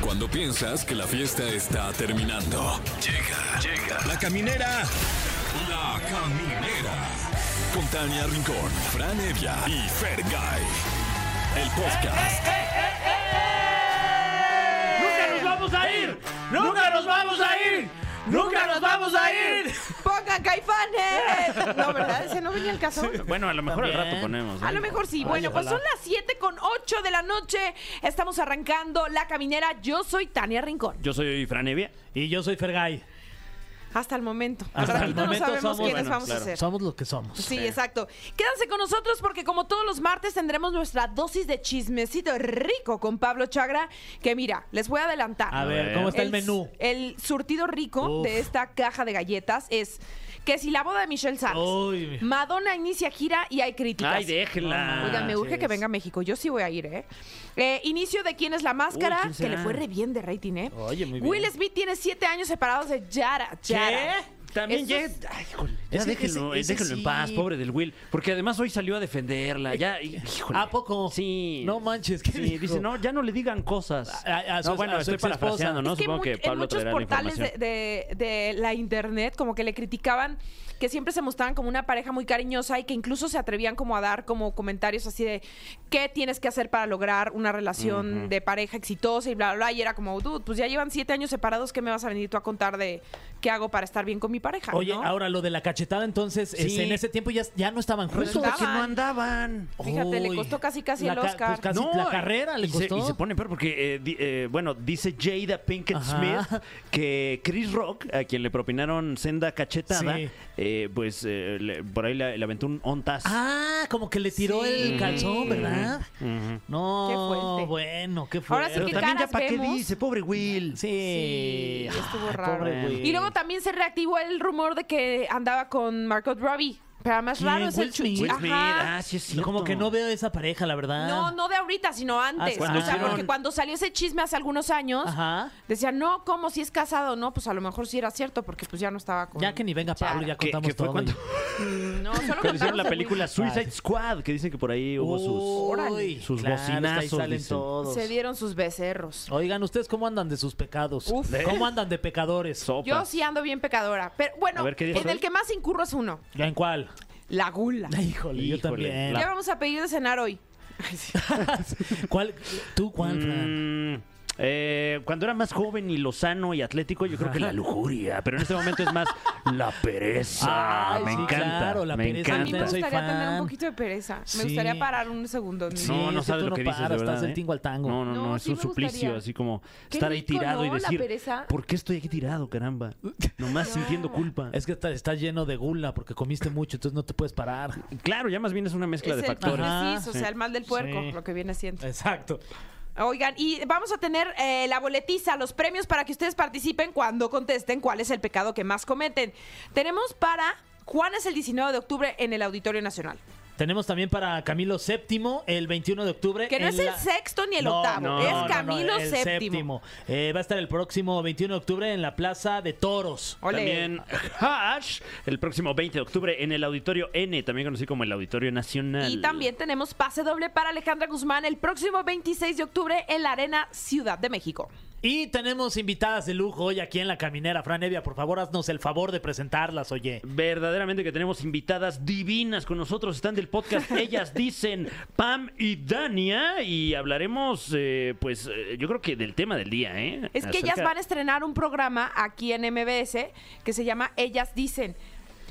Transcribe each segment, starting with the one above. Cuando piensas que la fiesta está terminando. Llega, llega. La caminera. La caminera. Con Tania Rincón, Fran Evia y Fergay. El podcast. ¡Nunca nos vamos a ir! ¡Nunca nos vamos a ir! ¡Nunca nos vamos a ir! ¡Pongan caifanes! No, ¿verdad? Ese no venía el caso. Bueno, a lo mejor al También. rato ponemos. ¿eh? A lo mejor sí. Bueno, pues son ojalá. las 7 con 8 de la noche. Estamos arrancando La Caminera. Yo soy Tania Rincón. Yo soy Franevia. Y yo soy Fergay. Hasta el momento. Al Hasta el ratito momento no sabemos somos- quiénes Bueno, vamos claro. a ser. Somos lo que somos. Sí, exacto. Quédense con nosotros porque como todos los martes tendremos nuestra dosis de chismecito rico con Pablo Chagra, que mira, les voy a adelantar. A ver, ver. ¿cómo está el, menú? El surtido rico Uf. de esta caja de galletas es que si la boda de Michelle Sanz, Uy. Madonna inicia gira y hay críticas. Ay, déjenla. Oigan, me urge manches. que venga a México. Yo sí voy a ir, ¿eh? Eh, inicio de quién es la máscara, Uy, ¿quién que le será? fue re bien de rating, ¿eh? Oye, muy bien. Will Smith tiene siete años separados de Yara. Yara. También Eso ya. es- Ay, híjole, ya Ese- déjenlo, ese- ese déjenlo sí. en paz, pobre del Will. Porque además hoy salió a defenderla. Ya, híjole. ¿A poco? Sí. No manches, ¿qué Sí, dijo? dice, no, ya no le digan cosas. A- a- a su- no, bueno, a su estoy exesposa. parafraseando, ¿no? Es que Supongo mu- que en Pablo muchos traerá la portales información. de, de- de la internet como que le criticaban que siempre se mostraban como una pareja muy cariñosa y que incluso se atrevían como a dar como comentarios así de qué tienes que hacer para lograr una relación de pareja exitosa y bla, bla, bla. Y era como, dude, pues ya llevan siete años separados, ¿qué me vas a venir tú a contar de qué hago para estar bien con mi pareja? Oye, ¿no? ahora lo de la cachetada, entonces, Sí. este, en ese tiempo ya, ya no estaban Pues eso juntos. de estaban. que no andaban. Fíjate, le Uy. costó casi, casi La el ca- Oscar. pues casi la carrera le y se- costó. y se pone peor porque, eh, di- eh, bueno, dice Jada Pinkett Ajá. Smith que Chris Rock, a quien le propinaron senda cachetada, Sí. eh, pues eh, le- por ahí le, le aventó un ontas. Ah, como que le tiró Sí. el calzón, ¿verdad? Ujú. Qué No, fuerte. bueno, qué Ahora sí fuerte. Pero ¿qué también ya caras para qué vemos? dice, pobre Will. Sí. Sí, estuvo Ay, raro. pobre güey. Y luego también se reactivó el rumor de que andaba con Margot Robbie. Pero más ¿Quién? raro es el Will Smith. chuchi. Will Ajá. Smith, ah, sí es cierto. Como que no veo esa pareja, la verdad. No, no de ahorita, sino antes. Ah, cuando o sea, hicieron- porque cuando salió ese chisme hace algunos años, Ajá. decían, no, ¿cómo? Si es casado, no, pues a lo mejor sí era cierto, porque pues ya no estaba con. Ya que ni venga Pablo, ya Que- contamos que fue todo. cuando- Mm, No, solo Cuando hicieron la contaron película de Suicide Squad, que dicen que por ahí hubo Oh. sus... Uy, sus claro, es que ahí bocinazos, salen dicen. todos. Will. Se dieron sus becerros. Oigan, ¿ustedes cómo andan de sus pecados? Uf. ¿Cómo andan de pecadores? sopas. Yo sí ando bien pecadora. Pero bueno, A ver, ¿qué día es en el hoy? que más incurro es uno, ¿En cuál? la gula. Híjole, yo Híjole, también. ¿Qué la- vamos a pedir de cenar hoy? ¿Cuál? ¿Tú cuál, Fran? Mm, eh, cuando era más joven y lozano y atlético, yo creo que la lujuria, pero en este momento es más la pereza. Ay, me sí, encanta, claro, la me pereza. A mí me Canta. encanta. Soy gustaría tener un fan. poquito de pereza. Me Sí. gustaría parar un segundo. Sí. No, no es que sabes lo tú no que dices, de paras, verdad. estás del ¿eh? tingo al tango. No, no, no, No, es sí un me suplicio, gustaría. así como Qué estar ahí rico, tirado y ¿no? La decir, pereza. ¿por qué estoy aquí tirado, caramba? Nomás sintiendo culpa. Es que está, está lleno de gula porque comiste mucho, entonces no te puedes parar. Claro, ya más bien es una mezcla de Es el factores. Ajá. preciso, o sea, el mal del puerco, Sí. lo que viene siendo. Exacto. Oigan, y vamos a tener eh, la boletiza, los premios para que ustedes participen cuando contesten cuál es el pecado que más cometen. Tenemos para Juan es el 19 de octubre en el Auditorio Nacional. Tenemos también para Camilo VII el 21 de octubre. Que no en es el la- sexto ni el octavo, es Camilo el VII. Eh, va a estar el próximo 21 de octubre en la Plaza de Toros. Ole. También Hash, el próximo 20 de octubre en el Auditorio N, también conocido como el Auditorio Nacional. Y también tenemos pase doble para Alejandra Guzmán el próximo 26 de octubre en la Arena Ciudad de México. Y tenemos invitadas de lujo hoy aquí en La Caminera. Fran Evia, por favor, haznos el favor de presentarlas, oye. Verdaderamente que tenemos invitadas divinas con nosotros, están del podcast Ellas Dicen, Pam y Dania, y hablaremos, eh, pues eh, yo creo que del tema del día, ¿eh? Es que ellas Acerca- van a estrenar un programa aquí en MBS que se llama Ellas Dicen.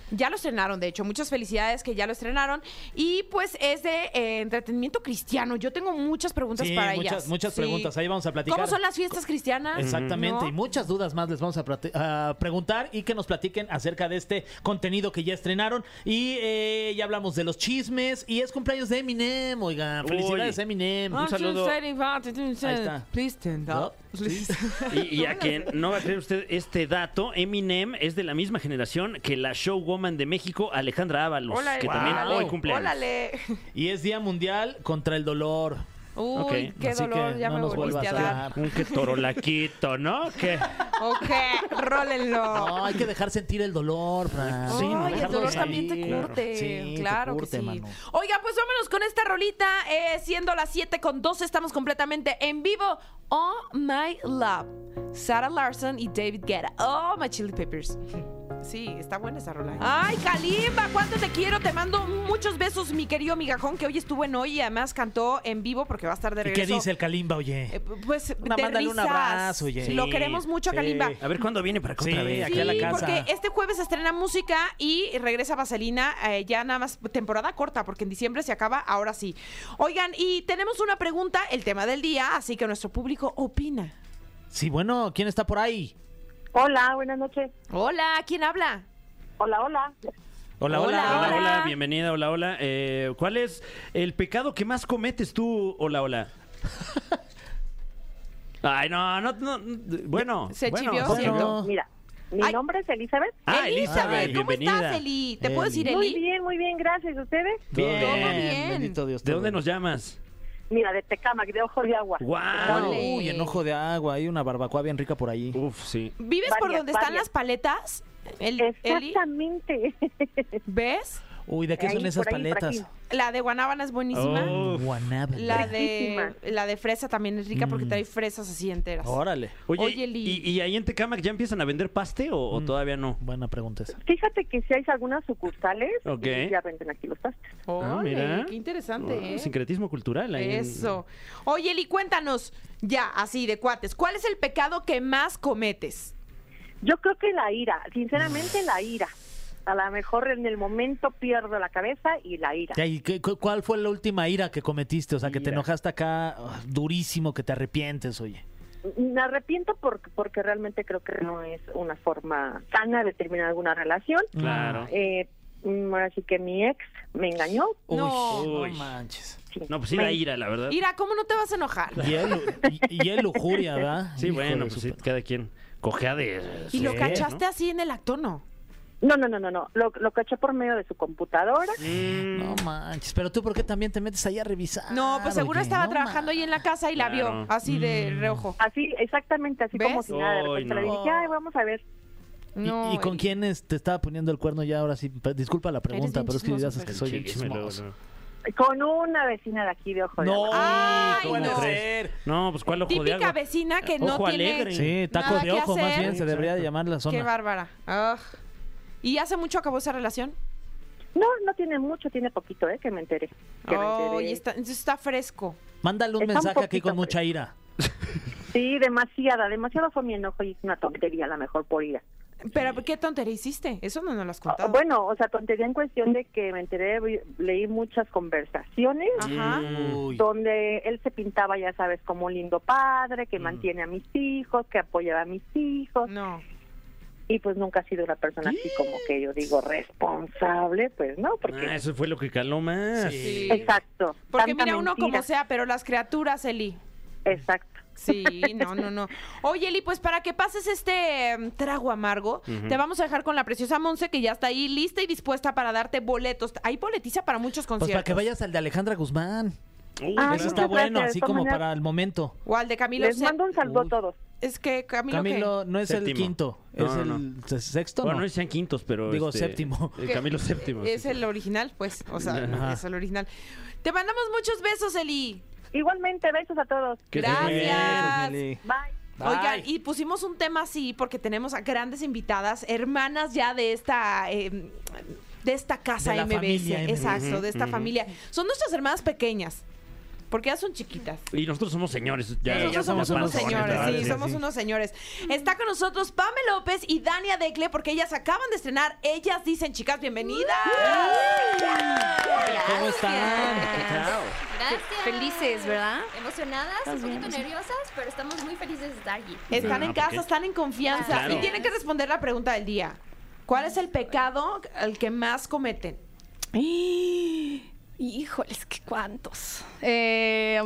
Ya lo estrenaron, de hecho, muchas felicidades que ya lo estrenaron. Y pues es de eh, entretenimiento cristiano. Yo tengo muchas preguntas Sí, para muchas- ellas. muchas preguntas. Ahí vamos a platicar. ¿Cómo son las fiestas cristianas? Exactamente, ¿No? y muchas dudas más les vamos a, prate- a preguntar y que nos platiquen acerca de este contenido que ya estrenaron. Y eh, ya hablamos de los chismes y es cumpleaños de Eminem, oigan. Uy. Felicidades, Eminem. Ah, Un saludo. Ahí está. Please stand up. No, Please. Y, y a quien no va a creer usted este dato, Eminem es de la misma generación que la showwoman de México, Alejandra Ábalos, Órale, que también órale, hoy cumple años. órale. Y es Día Mundial contra el Dolor. Uy, Ok. qué Así que dolor, ya no me nos vuelvas volviste a a dar. hablar. Un que torolaquito, ¿no? Que Ok, rólenlo. No, hay que dejar sentir el dolor, Fran. Sí, no, Ay, el dejarlo dolor salir, también te claro. curte. Sí, te claro curte, que sí. mano. Oiga, pues vámonos con esta rolita. eh, siendo las 7 con 12, estamos completamente en vivo. Oh My Love. Sarah Larson y David Guetta. Oh My Chili Peppers. Sí, está buena esa rola. ¿eh? Ay, Kalimba, cuánto te quiero. Te mando muchos besos, mi querido migajón, que hoy estuvo en hoy y además cantó en vivo porque va a estar de ¿Y regreso. qué dice el Kalimba, Eh, oye? pues Una, de mándale un risas. abrazo, oye. Sí, Lo queremos mucho a sí. Kalimba. A ver cuándo viene para acá Sí, otra vez. aquí a la Sí, casa. porque este jueves estrena música y regresa Vaselina, eh, ya nada más temporada corta, porque en diciembre se acaba, ahora sí. Oigan, y tenemos una pregunta, el tema del día, así que nuestro público opina. Sí, bueno, ¿quién está por ahí? Hola, buenas noches. Hola, ¿quién habla? Hola, hola. Hola, hola, Hola, hola, hola, hola. bienvenida, hola, hola. Eh, ¿Cuál es el pecado que más cometes tú, hola, hola? Ay, no, no, no, bueno. Se bueno, chivió, bueno. ¿cierto? Mira, mi Oh. Ay. nombre es Elizabeth. Ah, Elizabeth, Elizabeth, ¿cómo bienvenida. estás, Eli? ¿Te puedo Eli. decir Muy Eli? bien, muy bien, gracias. ¿Ustedes? Bien. Todo bien. Bendito Dios. ¿De todo dónde bien. nos llamas? Mira, de Tecamac, de Ojo de Agua. ¡Wow! Ole. Uy, enojo de agua. Hay una barbacoa bien rica por ahí. Uf, sí. ¿Vives por Varias, donde están varias. las paletas? El- Eli, Exactamente. ¿ves? Uy, ¿de qué Ahí, son esas por ahí, por paletas? aquí. La de guanábana es buenísima. Oh. Uf. Guanábana. La de, Riquísima. la de fresa también es rica porque Mm. trae fresas así enteras. Órale. Oye, Oye, Eli. ¿y, y ahí en Tecamac ya empiezan a vender paste o, o Mm. todavía no? Buena pregunta esa. Fíjate que si hay algunas sucursales, Ok. y ya venden aquí los pastes. Ah, Ole, mira. qué interesante, Ah, ¿eh? Sincretismo cultural ahí. en- Eso. Oye, Eli, cuéntanos, ya, así de cuates, ¿cuál es el pecado que más cometes? Yo creo que la ira, sinceramente la ira. A lo mejor en el momento pierdo la cabeza y la ira. Ya, ¿Y qué- cu- cuál fue la última ira que cometiste? O sea, que te Ira. enojaste acá ah, durísimo, que te arrepientes, oye. Me arrepiento porque, porque realmente creo que no es una forma sana de terminar alguna relación. Claro. Eh, mm, ahora sí que mi ex me engañó. Uy, No. Uy. no manches. Sí. No, pues sí da Me- ira, la verdad. Ah, Ira, ¿cómo no te vas a enojar? Y él, y, y él lujuria, ¿verdad? Sí, Hijo de bueno, su pues sí, puta- cada quien cojea de... Y lo Sí, cachaste así en el acto, ¿no? No, no, no, no, no. Lo, lo caché por medio de su computadora. ¿no? Mm, No manches, pero tú, ¿por qué también te metes ahí a Ah, revisar? No, pues seguro oye? estaba No trabajando ahí en la casa y la Claro. vio así de Mm. reojo. Así, exactamente, así ¿Ves? como si nada. De Ay, repente le no. dije, ay, vamos a ver. ¿Y- No, ¿Y, con Eli. quiénes te estaba poniendo el cuerno ya ahora sí? Pe- Disculpa la pregunta, bien pero es que chismoso, ya sabes que Fer. soy bien chisme, luego, chismoso. luego. Con una vecina de aquí de Ojo de Agua. Ay, ¿cómo no. crees? No, pues ¿cuál ojo de Típica agua? vecina que no Ojo tiene... alegre. Sí, taco Nada de que ojo más hacer. bien, se debería de llamar la Qué zona. bárbara. Ugh. ¿Y hace mucho acabó esa relación? No, no tiene mucho, tiene poquito, ¿eh? Que me enteré. Que me Oh, enteré. y está, entonces está fresco. Mándale un Está un mensaje aquí poquito con mucha ira. Sí, demasiada, demasiado fue mi enojo y es una tontería a lo mejor por ira. Pero ¿qué tontería hiciste? Eso no nos lo has Ah, contado. Bueno, o sea, tontería en cuestión de que me enteré, vi- leí muchas conversaciones Ajá. Mm. Uy. donde él se pintaba, ya sabes, como un lindo padre, Mm. que mantiene a mis hijos, que apoyaba a mis hijos, No. y pues nunca ha sido una persona así como que yo digo responsable, pues no, porque... Ah, eso fue lo que caló más. Sí. Exacto. Porque tanta mira uno como mentira. sea, pero las criaturas, Eli. Exacto. Sí, no, no, no. Oye, Eli, pues para que pases este em, trago amargo, te vamos a dejar con la preciosa Monse, que ya está ahí lista y dispuesta para darte boletos. Ahí boletiza para muchos Pues para conciertos. que vayas al de Alejandra Guzmán. Uy, Ah, claro. Eso está muchas bueno, gracias, así de todas como maneras. para el momento. O al de Camilo. Les Se- mando un saludo Uy. a todos. Es que Camilo, ¿qué? Camilo no es el Séptimo. quinto, No, es no, no. el se- sexto, Bueno, ¿no? no sean quintos, pero... Digo, séptimo. El Que- Camilo séptimo. Es sí. el original, pues. O sea, Ajá. es el original. Te mandamos muchos besos, Eli. Igualmente, besos a todos. Que estés muy bien. Gracias. Meli. Bye. Bye. Oigan, y pusimos un tema así porque tenemos a grandes invitadas, hermanas ya de esta... eh, de esta casa De la MBS, familia MBS. exacto, de esta Ujú, familia. Son nuestras hermanas pequeñas, porque ya son chiquitas. Y nosotros somos señores. Ya, Nosotros ya somos unos panzones, señores, ¿verdad? sí, somos unos señores. Está con nosotros Pame López y Dania Decle, porque ellas acaban de estrenar. Ellas dicen, chicas, bienvenidas. Uh-huh. ¿Cómo están? Chao. Gracias. Felices, ¿verdad? Emocionadas, un poquito nerviosas, pero estamos muy felices de estar aquí. Están Ah, en ¿por casa, qué? Ah, están en confianza. Claro. Y tienen que responder la pregunta del día. ¿Cuál es el pecado al que más cometen? Híjoles, que cuántos. Eh,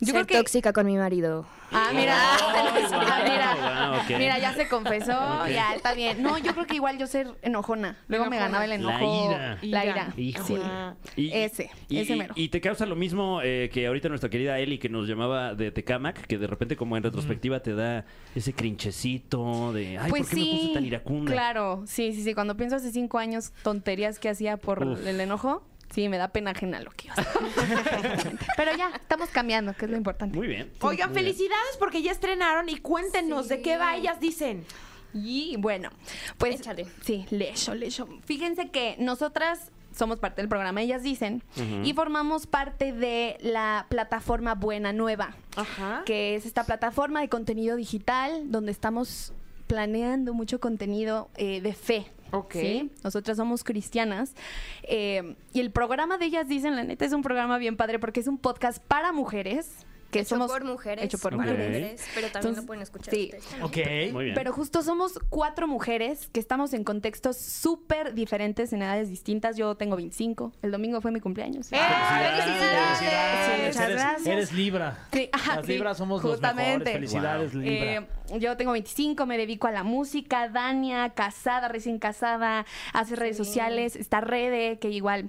Yo ser creo que- tóxica con mi marido. Ah, mira. Ay, guau, Ah, mira. guau, ok. Mira, ya se confesó, Ok. ya está bien. No, yo creo que igual yo ser enojona. Luego Enojona. me Ah. ganaba el La enojo. ira. La Ira. ira. Híjole. Sí. Y- Ese, y- ese y- mero. Y te causa lo mismo eh, que ahorita nuestra querida Eli que nos llamaba de Tecamac, que de repente como en retrospectiva te da ese crinchecito de, ay, pues ¿por qué sí, me puse tan iracunda? claro, sí, sí, sí. Cuando pienso hace cinco años tonterías que hacía por Uf. el enojo, sí, me da pena ajena lo que iba a hacer. Pero ya, estamos cambiando, que es lo importante. Muy bien. Oigan, Muy bien. felicidades porque ya estrenaron y cuéntenos de qué va ellas dicen. Y bueno, pues Échale. sí, lecho, lecho. Fíjense que nosotras somos parte del programa, ellas dicen, y formamos parte de la plataforma Buena Nueva, Ajá. que es esta plataforma de contenido digital donde estamos planeando mucho contenido eh, de fe. Ok. ¿sí? Nosotras somos cristianas eh, y el programa de ellas dicen, la neta es un programa bien padre porque es un podcast para mujeres. Que hecho somos por mujeres. Hecho por para mujeres. Pero también Entonces, lo pueden escuchar sí. ustedes también. Ok. Muy bien. Pero justo somos cuatro mujeres que estamos en contextos súper diferentes, en edades distintas. Yo tengo 25. El domingo fue mi cumpleaños. ¡Eh! ¡Felicidades! Felicidades. Muchas eres, gracias. eres Libra. Sí, ajá, Las sí, Libras somos los justamente. mejores. Felicidades, Libra. Eh, yo tengo 25, me dedico a la música, Dania, casada, recién casada, hace redes sociales, está Rede, que igual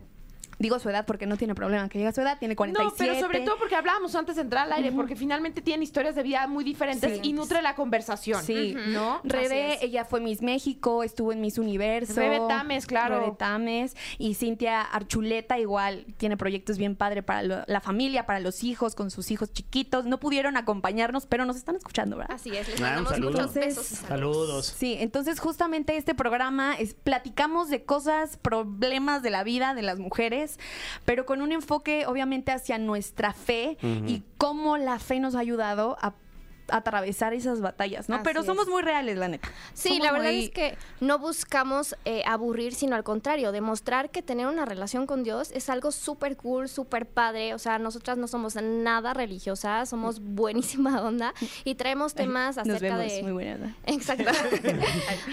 digo su edad porque no tiene problema que diga su edad, tiene 47. No, pero sobre todo porque hablábamos antes de entrar al aire, porque finalmente tienen historias de vida muy diferentes Sí. y nutre la conversación. Sí, ¿no? Rebe, Así es. ella fue Miss México, estuvo en Miss Universo. Rebe Tames, claro. Rebe Tames. Y Cintia Archuleta igual tiene proyectos bien padre para lo- la familia, para los hijos, con sus hijos chiquitos. No pudieron acompañarnos, pero nos están escuchando, ¿verdad? Así es, les Ah, un mandamos saludo. muchos besos. y Entonces, Saludos. Sí, entonces justamente este programa es platicamos de cosas, problemas de la vida de las mujeres, pero con un enfoque obviamente hacia nuestra fe y cómo la fe nos ha ayudado a atravesar esas batallas, ¿no? Así pero es. somos muy reales, la neta. Sí, Somos la verdad muy- es que no buscamos eh, aburrir, sino al contrario, demostrar que tener una relación con Dios es algo súper cool, súper padre. O sea, nosotras no somos nada religiosas, somos buenísima onda y traemos temas Mm. Nos acerca vemos, de... muy buena edad. Exacto.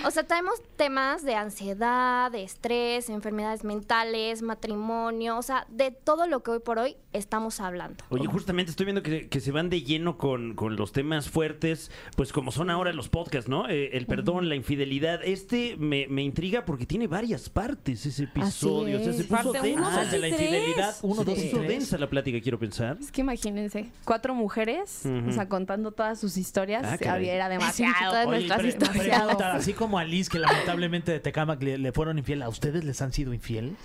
o sea, traemos temas de ansiedad, de estrés, enfermedades mentales, matrimonio, o sea, de todo lo que hoy por hoy estamos hablando. Oye, justamente estoy viendo que, que se van de lleno con, con los temas fuertes, pues como son ahora los podcasts, ¿no? Eh, el perdón, la infidelidad. Este me, me intriga porque tiene varias partes ese episodio. O sea, es. se puso Parte uno, densa. Ah, el de la infidelidad. Uno, Se dos y puso tres. densa la plática, quiero pensar. Es que imagínense, cuatro mujeres, Ujú. o sea, contando todas sus historias, Ah, caray. había- era demasiado. todas Oye, nuestras pre- historias. pregunta, así como a Liz, que lamentablemente de Tecamac le, le fueron infiel, ¿a ustedes les han sido infiel?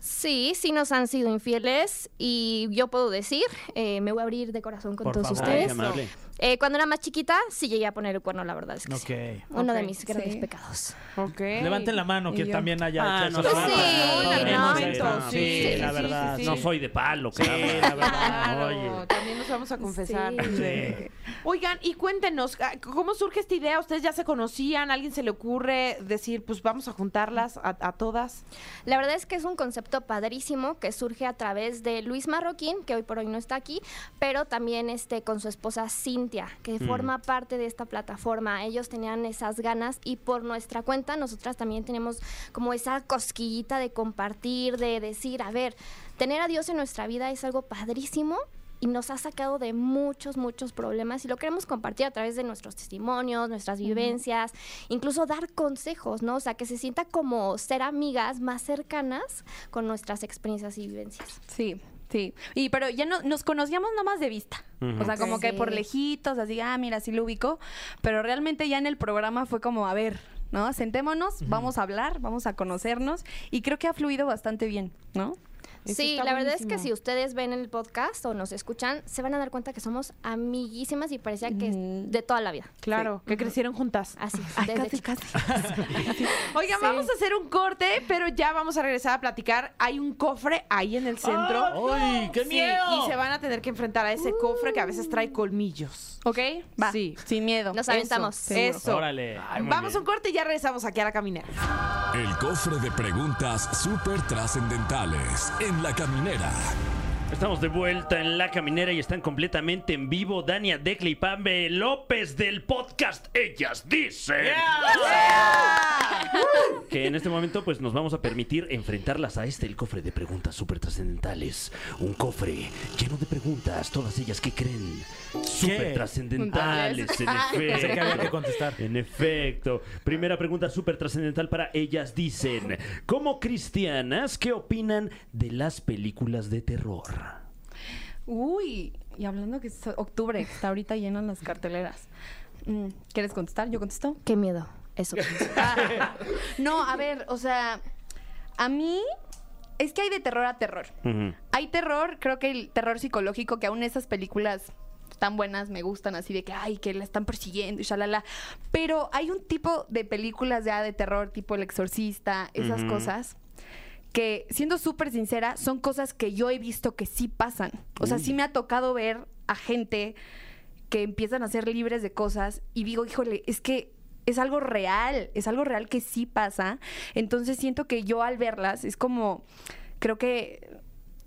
Sí, sí nos han sido infieles y yo puedo decir, eh, me voy a abrir de corazón con Por todos favor. Ay, qué ustedes. amable. Eh, cuando era más chiquita, sí llegué a poner el cuerno, la verdad es que Ok. sí. Uno de Ok, mis grandes sí. pecados. Ok. Levanten la mano Y que yo. también haya Ah, hecho no, eso. sí, sí, En no, momento, no, sí, sí, la sí, verdad. sí, sí. no No soy de palo, Sí, caramba. la verdad. Oye. Claro, también nos vamos a confesar. Sí. Oigan, y cuéntenos, ah, ¿cómo surge esta idea? ¿Ustedes ya se conocían? ¿A ¿Alguien se le ocurre decir, pues vamos a juntarlas a, a todas? La verdad es que es un concepto padrísimo que surge a través de Luis Marroquín, que hoy por hoy no está aquí, pero también este, con su esposa Cintia, que forma parte de esta plataforma. Ellos tenían esas ganas y por nuestra cuenta nosotras también tenemos como esa cosquillita de compartir, de decir, a ver, tener a Dios en nuestra vida es algo padrísimo. Y nos ha sacado de muchos, muchos problemas y lo queremos compartir a través de nuestros testimonios, nuestras vivencias, incluso dar consejos, ¿no? O sea, que se sienta como ser amigas más cercanas con nuestras experiencias y vivencias. Sí, sí. Y pero ya no, nos conocíamos nomás de vista. O sea, como que Sí. por lejitos, así, ah, mira, sí lo ubico. Pero realmente ya en el programa fue como, a ver, ¿no? Sentémonos, vamos a hablar, vamos a conocernos. Y creo que ha fluido bastante bien, ¿no? Eso sí, está la verdad es que buenísimo. si ustedes ven el podcast o nos escuchan, se van a dar cuenta que somos amiguísimas y parecía que es Ujú. de toda la vida. Claro, que crecieron juntas. Así es, Ay, desde casi, chica. casi. Oigan, Sí. vamos a hacer un corte, pero ya vamos a regresar a platicar. Hay un cofre ahí en el centro. Ah, ¡Ay, qué Sí, miedo! y se van a tener que enfrentar a ese cofre que a veces trae colmillos. ¿Ok? Va. Sí. Sin miedo. Nos Eso, aventamos. seguro. Eso. Órale. Ay, muy Vamos a bien. un corte y ya regresamos aquí a la caminera. El cofre de preguntas súper trascendentales en la caminera. Estamos de vuelta en La Caminera y están completamente en vivo Dania Decle y Pambe López del podcast Ellas Dicen. Ah, Que en este momento pues nos vamos a permitir enfrentarlas a este, el cofre de preguntas súper trascendentales. Un cofre lleno de preguntas, todas ellas que creen súper trascendentales. En Pensé que había que efecto. contestar. En efecto. Primera pregunta súper trascendental para ellas. Dicen, como cristianas, ¿qué opinan de las películas de terror? Uy, y hablando que es octubre, que está ahorita llenan las carteleras. Mm, ¿Quieres contestar? Yo contesto. Qué miedo. Eso. pienso. Ah, no, a ver, o sea, a mí es que hay de terror a terror. Hay terror, creo que el terror psicológico, que aún esas películas tan buenas me gustan, así de que, ay, que la están persiguiendo y shalala. Pero hay un tipo de películas ya de terror, tipo El Exorcista, esas cosas, que siendo súper sincera, son cosas que yo he visto que sí pasan. O sea, sí me ha tocado ver a gente que empiezan a ser libres de cosas y digo, híjole, es que es algo real, es algo real que sí pasa. Entonces siento que yo al verlas es como, creo que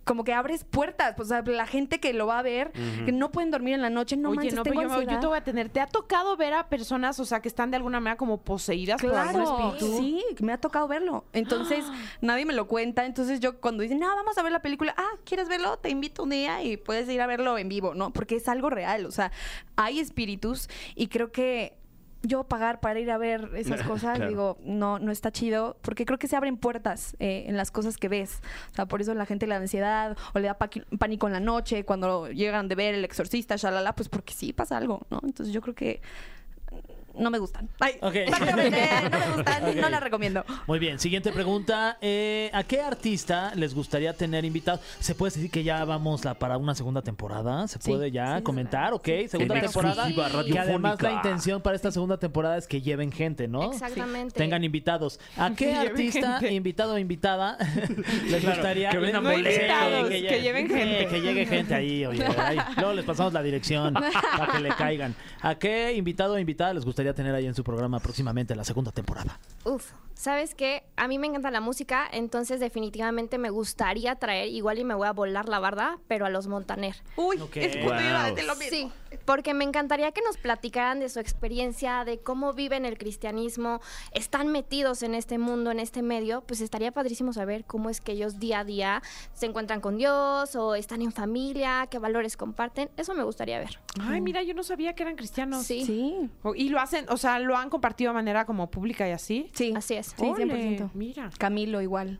como que abres puertas, pues a la gente que lo va a ver, que no pueden dormir en la noche, no Oye, manches, no, tengo pero yo, me- ansiedad. yo te voy a tener. ¿Te ha tocado ver a personas, o sea, que están de alguna manera como poseídas por algún Claro, espíritu? sí, me ha tocado verlo. Entonces, nadie me lo cuenta. Entonces, yo cuando dicen, no, vamos a ver la película, ah, ¿quieres verlo? Te invito un día y puedes ir a verlo en vivo, ¿no? Porque es algo real. O sea, hay espíritus y creo que yo pagar para ir a ver esas cosas, Claro. digo, no, no está chido, porque creo que se abren puertas eh, en las cosas que ves. O sea, por eso la gente le da ansiedad o le da paqui- pánico en la noche cuando llegan de ver el exorcista, shalala, pues porque sí pasa algo, ¿no? Entonces, yo creo que no me gustan. Ay, Ok. Exactamente, no me gustan, Ok. no la recomiendo. Muy bien, siguiente pregunta. eh, ¿A qué artista les gustaría tener invitados? ¿Se puede decir que ya vamos la, para una segunda temporada? ¿Se Sí, puede ya sí, comentar? sí. ¿Ok? Segunda En exclusiva temporada. Y además radiofónica. la intención para esta segunda temporada es que lleven gente, ¿no? Exactamente. Tengan invitados. ¿A qué lleven artista, gente. invitada o invitada, les gustaría que vendan No boletos. invitados, que lleven gente. Que llegue gente ahí, oye. ahí. Luego les pasamos la dirección para que le caigan. ¿A qué invitado o invitada les gustaría tener ahí en su programa próximamente en la segunda temporada? Uf, ¿sabes qué? A mí me encanta la música, entonces definitivamente me gustaría traer, igual y me voy a volar la barda, pero a los Montaner. Uy, Ok. es justo iba a Wow. decir lo mismo. Sí, porque me encantaría que nos platicaran de su experiencia, de cómo viven el cristianismo, están metidos en este mundo, en este medio, pues estaría padrísimo saber cómo es que ellos día a día se encuentran con Dios o están en familia, qué valores comparten, eso me gustaría ver. Ay, mira, yo no sabía que eran cristianos. Sí, Sí, O- Y lo hacen, o sea, lo han compartido de manera como pública y así. sí. Así es. Sí, Ole, 100%. Mira. Camilo igual.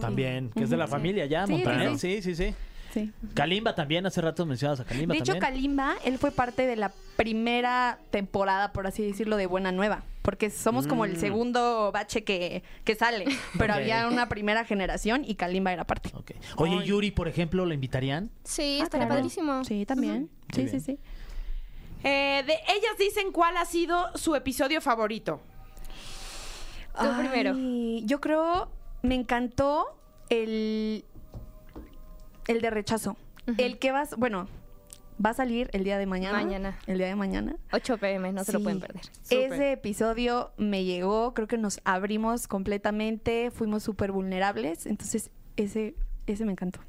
También, que es de la familia ya, Sí, Montaner. sí, Sí, sí, sí. Sí. Kalimba también, hace rato mencionabas a Kalimba De hecho, también. Kalimba, él fue parte de la primera temporada, por así decirlo, de Buena Nueva. Porque somos como el segundo bache que, que sale. Pero Mm. Ok. había una primera generación y Kalimba era parte. Ok. Oye, Yuri, por ejemplo, ¿la invitarían? Sí, Ah, estaría claro. padrísimo. Sí, también. Sí, Muy sí, bien. sí. Eh, de ellas dicen cuál ha sido su episodio favorito. Tú primero. Ay, Yo creo, me encantó el, el de rechazo. El que vas, bueno, va a salir el día de mañana. Mañana. El día de mañana. 8 pm, no se lo Sí. pueden perder. Ese episodio me llegó, creo que nos abrimos completamente, fuimos súper vulnerables, entonces ese, ese me encantó.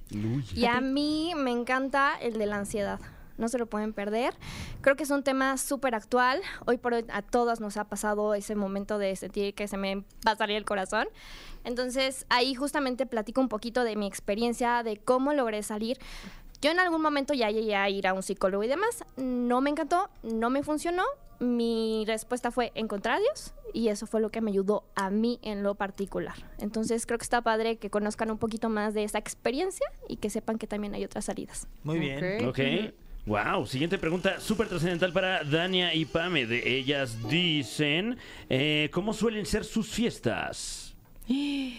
Y a mí me encanta el de la ansiedad. No se lo pueden perder. Creo que es un tema súper actual. Hoy por hoy a todas nos ha pasado ese momento de sentir que se me va a salir el corazón. Entonces ahí justamente platico un poquito de mi experiencia, de cómo logré salir. Yo en algún momento ya llegué a ir a un psicólogo y demás. No me encantó, no me funcionó. Mi respuesta fue encontrar a Dios y eso fue lo que me ayudó a mí en lo particular. Entonces creo que está padre que conozcan un poquito más de esa experiencia y que sepan que también hay otras salidas. Muy bien. Ok. Ok. Wow, siguiente pregunta súper trascendental para Dania y Pame. De ellas dicen, eh, ¿cómo suelen ser sus fiestas?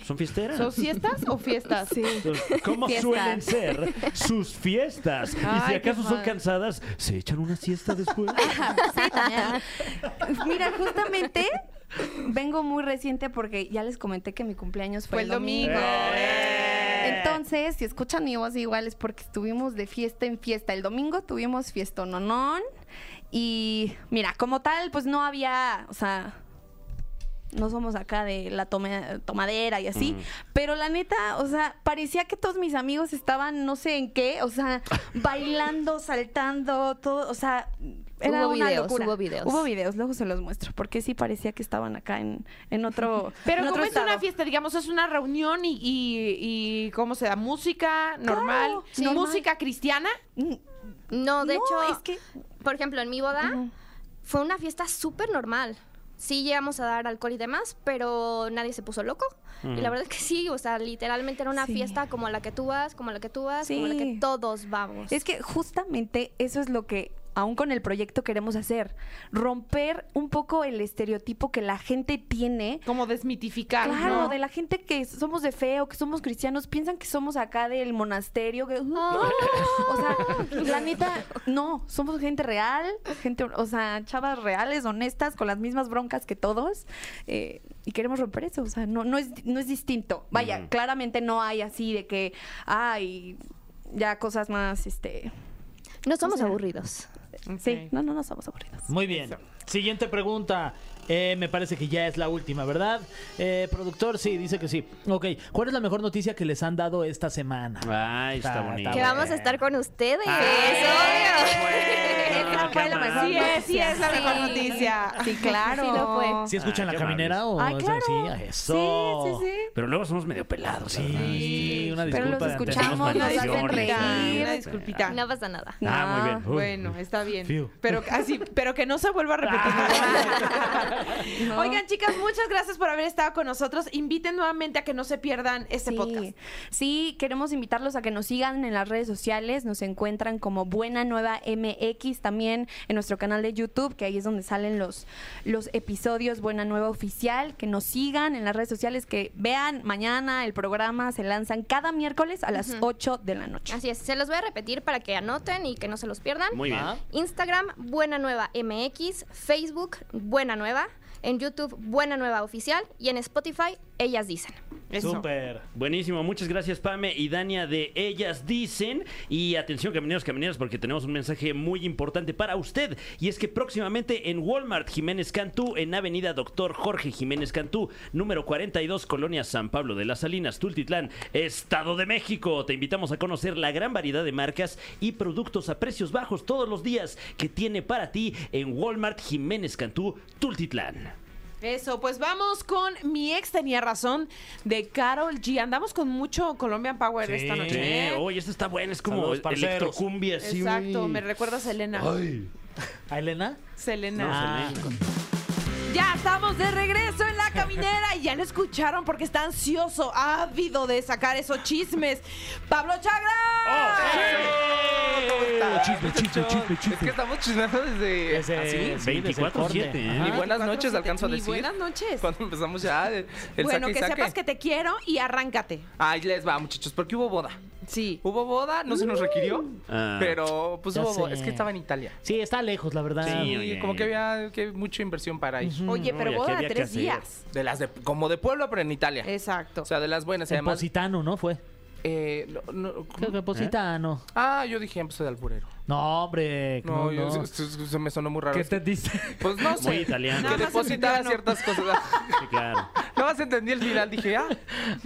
¿Son fiesteras? ¿Son fiestas o fiestas? Sí. ¿Cómo Fiestas. suelen ser sus fiestas? Y si Ay, qué acaso son mal. cansadas, ¿se echan una siesta después? Mira, justamente vengo muy reciente porque ya les comenté que mi cumpleaños fue, Fue el domingo. Eh. Entonces, si escuchan mi voz igual es porque estuvimos de fiesta en fiesta. El domingo tuvimos fiesta nonón y mira, como tal, pues no había, o sea, no somos acá de la tome- tomadera y así. Pero la neta, o sea, parecía que todos mis amigos estaban no sé en qué, o sea, bailando, saltando, todo, o sea, era Hubo una videos, locura. hubo videos. Hubo videos, luego se los muestro, porque sí parecía que estaban acá en, en otro Pero en como otro es una estado. fiesta, digamos, es una reunión y, y, y cómo se da música normal, sí, normal. música cristiana. No, de No, hecho, es que- por ejemplo, en mi boda fue una fiesta súper normal. Sí llegamos a dar alcohol y demás, pero nadie se puso loco. Y la verdad es que sí, o sea, literalmente era una Sí. fiesta como la que tú vas, como la que tú vas, como la que Sí. todos vamos. Es que justamente eso es lo que aún con el proyecto queremos hacer, romper un poco el estereotipo que la gente tiene. Como desmitificar. Claro, ¿no? de la gente que somos de feo, que somos cristianos, piensan que somos acá del monasterio. que- O sea, la neta, no, somos gente real, gente, o sea, chavas reales, honestas, con las mismas broncas que todos. eh, y queremos romper eso, o sea, no, no, es, no es distinto. Vaya, claramente no hay así de que, ay, ya cosas más, este, No somos sea, aburridos. Sí, no, no, no somos aburridos. Muy bien. Siguiente pregunta. Eh, me parece que ya es la última, ¿verdad? Eh, productor, sí, dice que sí. Ok, ¿cuál es la mejor noticia que les han dado esta semana? Ay, está Está- bonito. está Que bueno. Ah, vamos a estar con ustedes. Esa fue la mejor Sí es, sí es la noticia. mejor noticia. Sí, claro. Sí lo fue. Ah, ¿Sí escuchan Ay, la qué caminera o Ay, claro. sí, eso? Sí, sí, sí. Pero luego somos medio pelados. Sí, una Pero disculpa. de antemano. los escuchamos, nos Una hacen disculpita, reír. una disculpita. No pasa nada. Ah, muy bien. Uy. Bueno, está bien. Fiu. Pero así, pero que no se vuelva a repetir. No. Oigan, chicas, muchas gracias por haber estado con nosotros. Inviten nuevamente a que no se pierdan este Sí. podcast. Sí, queremos invitarlos a que nos sigan en las redes sociales. Nos encuentran como Buena Nueva MX también en nuestro canal de YouTube, que ahí es donde salen los, los episodios Buena Nueva Oficial. Que nos sigan en las redes sociales, que vean mañana el programa. Se lanzan cada miércoles a las 8 de la noche. Así es, se los voy a repetir para que anoten y que no se los pierdan. Muy bien. Ah. Instagram, Buena Nueva MX, Facebook, Buena Nueva, en YouTube, Buena Nueva Oficial y en Spotify, Ellas Dicen. Eso. Súper. Buenísimo, muchas gracias Pame y Dania de Ellas Dicen. Y atención camineros, camineras, porque tenemos un mensaje muy importante para usted. Y es que próximamente en Walmart Jiménez Cantú, en Avenida Doctor Jorge Jiménez Cantú, número 42, Colonia San Pablo de las Salinas, Tultitlán, Estado de México. Te invitamos a conocer la gran variedad de marcas y productos a precios bajos todos los días que tiene para ti en Walmart Jiménez Cantú, Tultitlán. Eso, pues vamos con Mi ex tenía razón de Carol G. Andamos con mucho Colombian Power Sí. esta noche. Sí, ¿eh? oye, esta está buena, es como Saludos, parceros. electrocumbia. así, Exacto, muy- me recuerda a Selena. ¿A Elena? Selena. Ah, Ya estamos de regreso en la caminera y ya lo escucharon porque está ansioso, ávido de sacar esos chismes. Pablo Oh, Chagra. Chisme, chisme, chisme, chisme. Es que estamos chismeando desde Ese- Ah, así. sí, desde el 24/7, corte. ¿eh? Ni Ajá. buenas noches alcanzo a Ni decir. buenas noches. Cuando empezamos ya el, el bueno, saque y que saque. sepas que te quiero y arráncate. Ahí les va, muchachos, porque hubo boda. Sí. Hubo boda, no se nos requirió, Ah. pero pues Ya hubo boda. sé. Es que estaba en Italia. Sí, está lejos, la verdad. Sí, Y oye. como que había que mucha inversión para ir. Oye, No, pero y aquí boda de había que tres hacer. días. De las de, como de pueblo, pero en Italia. Exacto. O sea, de las buenas. y En Además, Positano, ¿no? Fue. eh, no- no- Creo que en Positano. Ah, yo dije, empecé de alburero. No, hombre. No, No, yo- no. Este se- se- se me sonó muy raro. ¿Qué te dice? Pues no sé. Muy italiano. Que Nada más depositara mexicano. ciertas cosas. Sí, claro. No más entendí el final, dije, ah,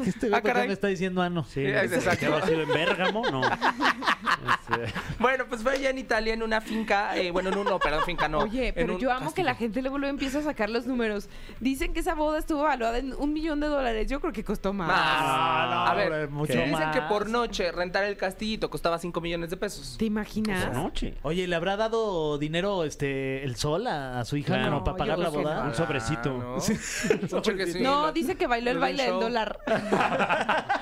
Este güey, ¿por Ah, qué caray. me está diciendo ano? Sí, Es exacto. ¿que habrá sido en Bérgamo? No. Este, Bueno, pues fue allá en Italia en una finca, eh, bueno, en un, no, perdón, finca no. Oye, en pero un yo amo que castillo. la gente luego luego empieza a sacar los números. Dicen que esa boda estuvo valuada en un millón de dólares. Yo creo que costó más. Más. Ah, no, Ah, a hombre, ver, mucho dicen más. que por noche rentar el castillito costaba 5 millones de pesos. ¿Te imaginas? esa noche. Oye, ¿le habrá dado dinero este el sol a, a su hija Claro. como para No, pagar yo la creo que boda? Un sobrecito. Ah, ¿no? Mucho que sí. No, Lo- dice que bailó el lo baile del show. ¿Eh? dólar.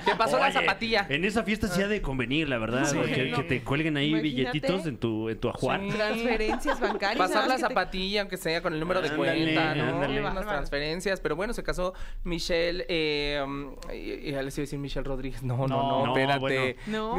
Que pasó la Oye, zapatilla. En esa fiesta sí ha de convenir, la verdad. Sí. que, que te cuelguen ahí Imagínate. billetitos en tu, en tu ajuar. Sí. Transferencias bancarias. Pasar la ¿sabes? Que te- zapatilla, aunque sea con el número de Ándale, cuenta, ¿no? ándale. Unas transferencias. Pero bueno, se casó Michelle. Eh, um, y- y ya les iba a decir Michelle Rodríguez. No, no, No, no, no, espérate. bueno.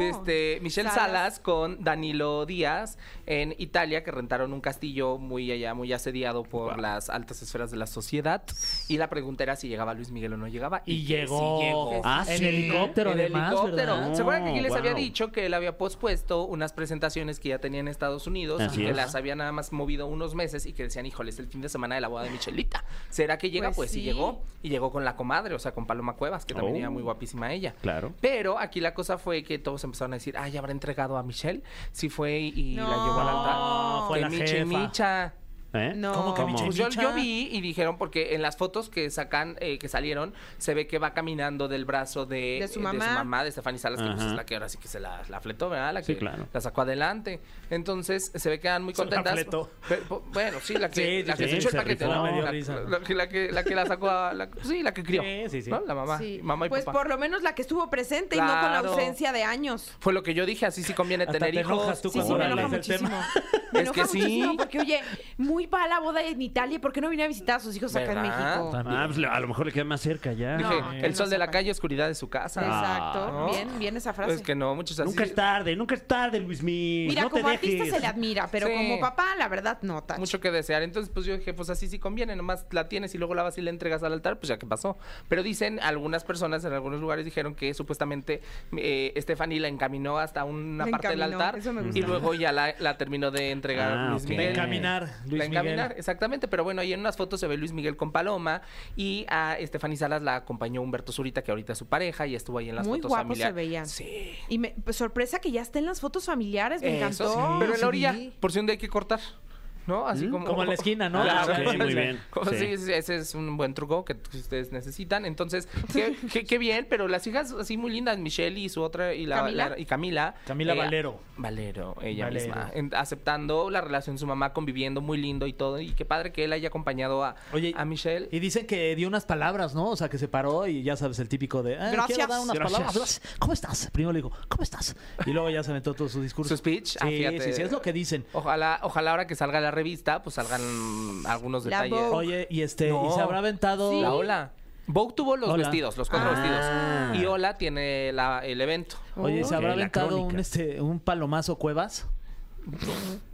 No. Este, Michelle Salas. Salas. con Danilo Díaz en Italia, que rentaron un castillo muy allá, muy asediado por las altas esferas de la sociedad. Y la pregunta era si llegaba llegaba Luis Miguel o no llegaba. Y que llegó. sí llegó. Ah, en sí. helicóptero, En además. helicóptero. ¿verdad? ¿Se acuerdan que aquí les Wow. había dicho que él había pospuesto unas presentaciones que ya tenía en Estados Unidos Así y que es. las había nada más movido unos meses y que decían, híjole, es el fin de semana de la boda de Michelita. ¿Será que llega? Pues, Pues sí. sí. llegó. Y llegó con la comadre, o sea, con Paloma Cuevas, que también Oh. era muy guapísima ella. Claro. Pero aquí la cosa fue que todos empezaron a decir, ay, habrá entregado a Michelle. Sí fue y la No. llevó al altar. Fue que la Miche, jefa. Micha. ¿Eh? No. ¿Cómo que ¿Cómo? Miche Pues yo, Micha? yo vi y dijeron, porque en las fotos que sacan, eh, que salieron, se ve que va caminando del brazo de, De su eh, de mamá. mamá, de Stephanie Salas, que pues, Ajá. es la que ahora sí que se la, la fletó, ¿verdad? La que Sí, claro. la sacó adelante. Entonces, se ve que eran muy Se la contentas. fletó. Pe- po- bueno, sí, la Sí, que, sí, la que sí, se echó el se paquete, rifó, ¿no? me dio La- risa. la- que- la que la que la sacó a la- sí, la que crió. Sí, sí, sí. ¿no? La mamá, Sí. mamá y pues papá. por lo menos la que estuvo presente y no con la Claro. ausencia de años. Fue lo que yo dije, así sí conviene Hasta tener te hijos. enojas tú Sí, sí, cuando me hablas enoja del muchísimo. tema. Me Es enoja que sí. muchísimo porque, oye, muy va la boda en Italia. ¿Por qué no vino a visitar a sus hijos acá en ¿Verdad? México? Ah, pues, le- a lo mejor le queda más cerca ya. Dije, No, que el sol no de la sepan. calle, oscuridad de su casa. Exacto. ¿no? Bien, bien esa frase. Es que no, muchos así. Nunca es tarde, nunca es tarde, Luis Mí. Mira, no te como artista dejes. se le admira, pero Sí. como papá, la verdad, no, Tacho. mucho que desear. Entonces, pues yo dije, pues así sí conviene, nomás la tienes y luego la vas y la entregas al altar, pues ya que pasó. Pero dicen, algunas personas en algunos lugares dijeron que supuestamente eh, Stephanie la encaminó hasta una La parte del encaminó, altar eso me gusta. y luego ya la, la terminó de entregar Ah, Luis ok. Miguel. De encaminar, Luis La encaminar, Miguel. exactamente. Pero bueno, ahí en unas fotos se ve Luis Miguel con Paloma y a Stephanie Salas la acompañó Humberto Zurita, que ahorita es su pareja y estuvo ahí en las Muy fotos guapos familiares. se veían. Sí. Y me, pues, sorpresa que ya está en las fotos familiares, me Eso encantó. sí. Pero en sí la orilla, vi. por si un día hay que cortar. ¿No? Así como, Mm, Como en la esquina, ¿no? Ah, Claro, ok, muy bien. Como Sí. sí, sí, ese es un buen truco que t- ustedes necesitan. Entonces, qué, qué- qué bien, pero las hijas así muy lindas, Michelle y su otra, y, la, Camila. la- y Camila. Camila Valero. Valero, ella Valero. misma. En- aceptando la relación de su mamá, conviviendo muy lindo y todo. Y qué padre que él haya acompañado a, Oye, a Michelle. Y dicen que dio unas palabras, ¿no? O sea, que se paró y ya sabes, el típico de. "Ah, quiero Gracias. dar unas Gracias. palabras. Gracias. ¿Cómo estás? Primero le dijo, ¿cómo estás? Y luego ya se aventó todo su discurso. Su speech, Sí, ah, fíjate. sí, sí, es lo que dicen. Ojalá, ojalá ahora que salga la revista, pues salgan algunos La detalles. Vogue. Oye, y este, No. y se habrá aventado. La Ola. Vogue tuvo los Ola. vestidos, los cuatro Ah. vestidos. Y Ola tiene la- el evento. Oye, ¿y se Ok, habrá la aventado un crónica. este, un palomazo cuevas.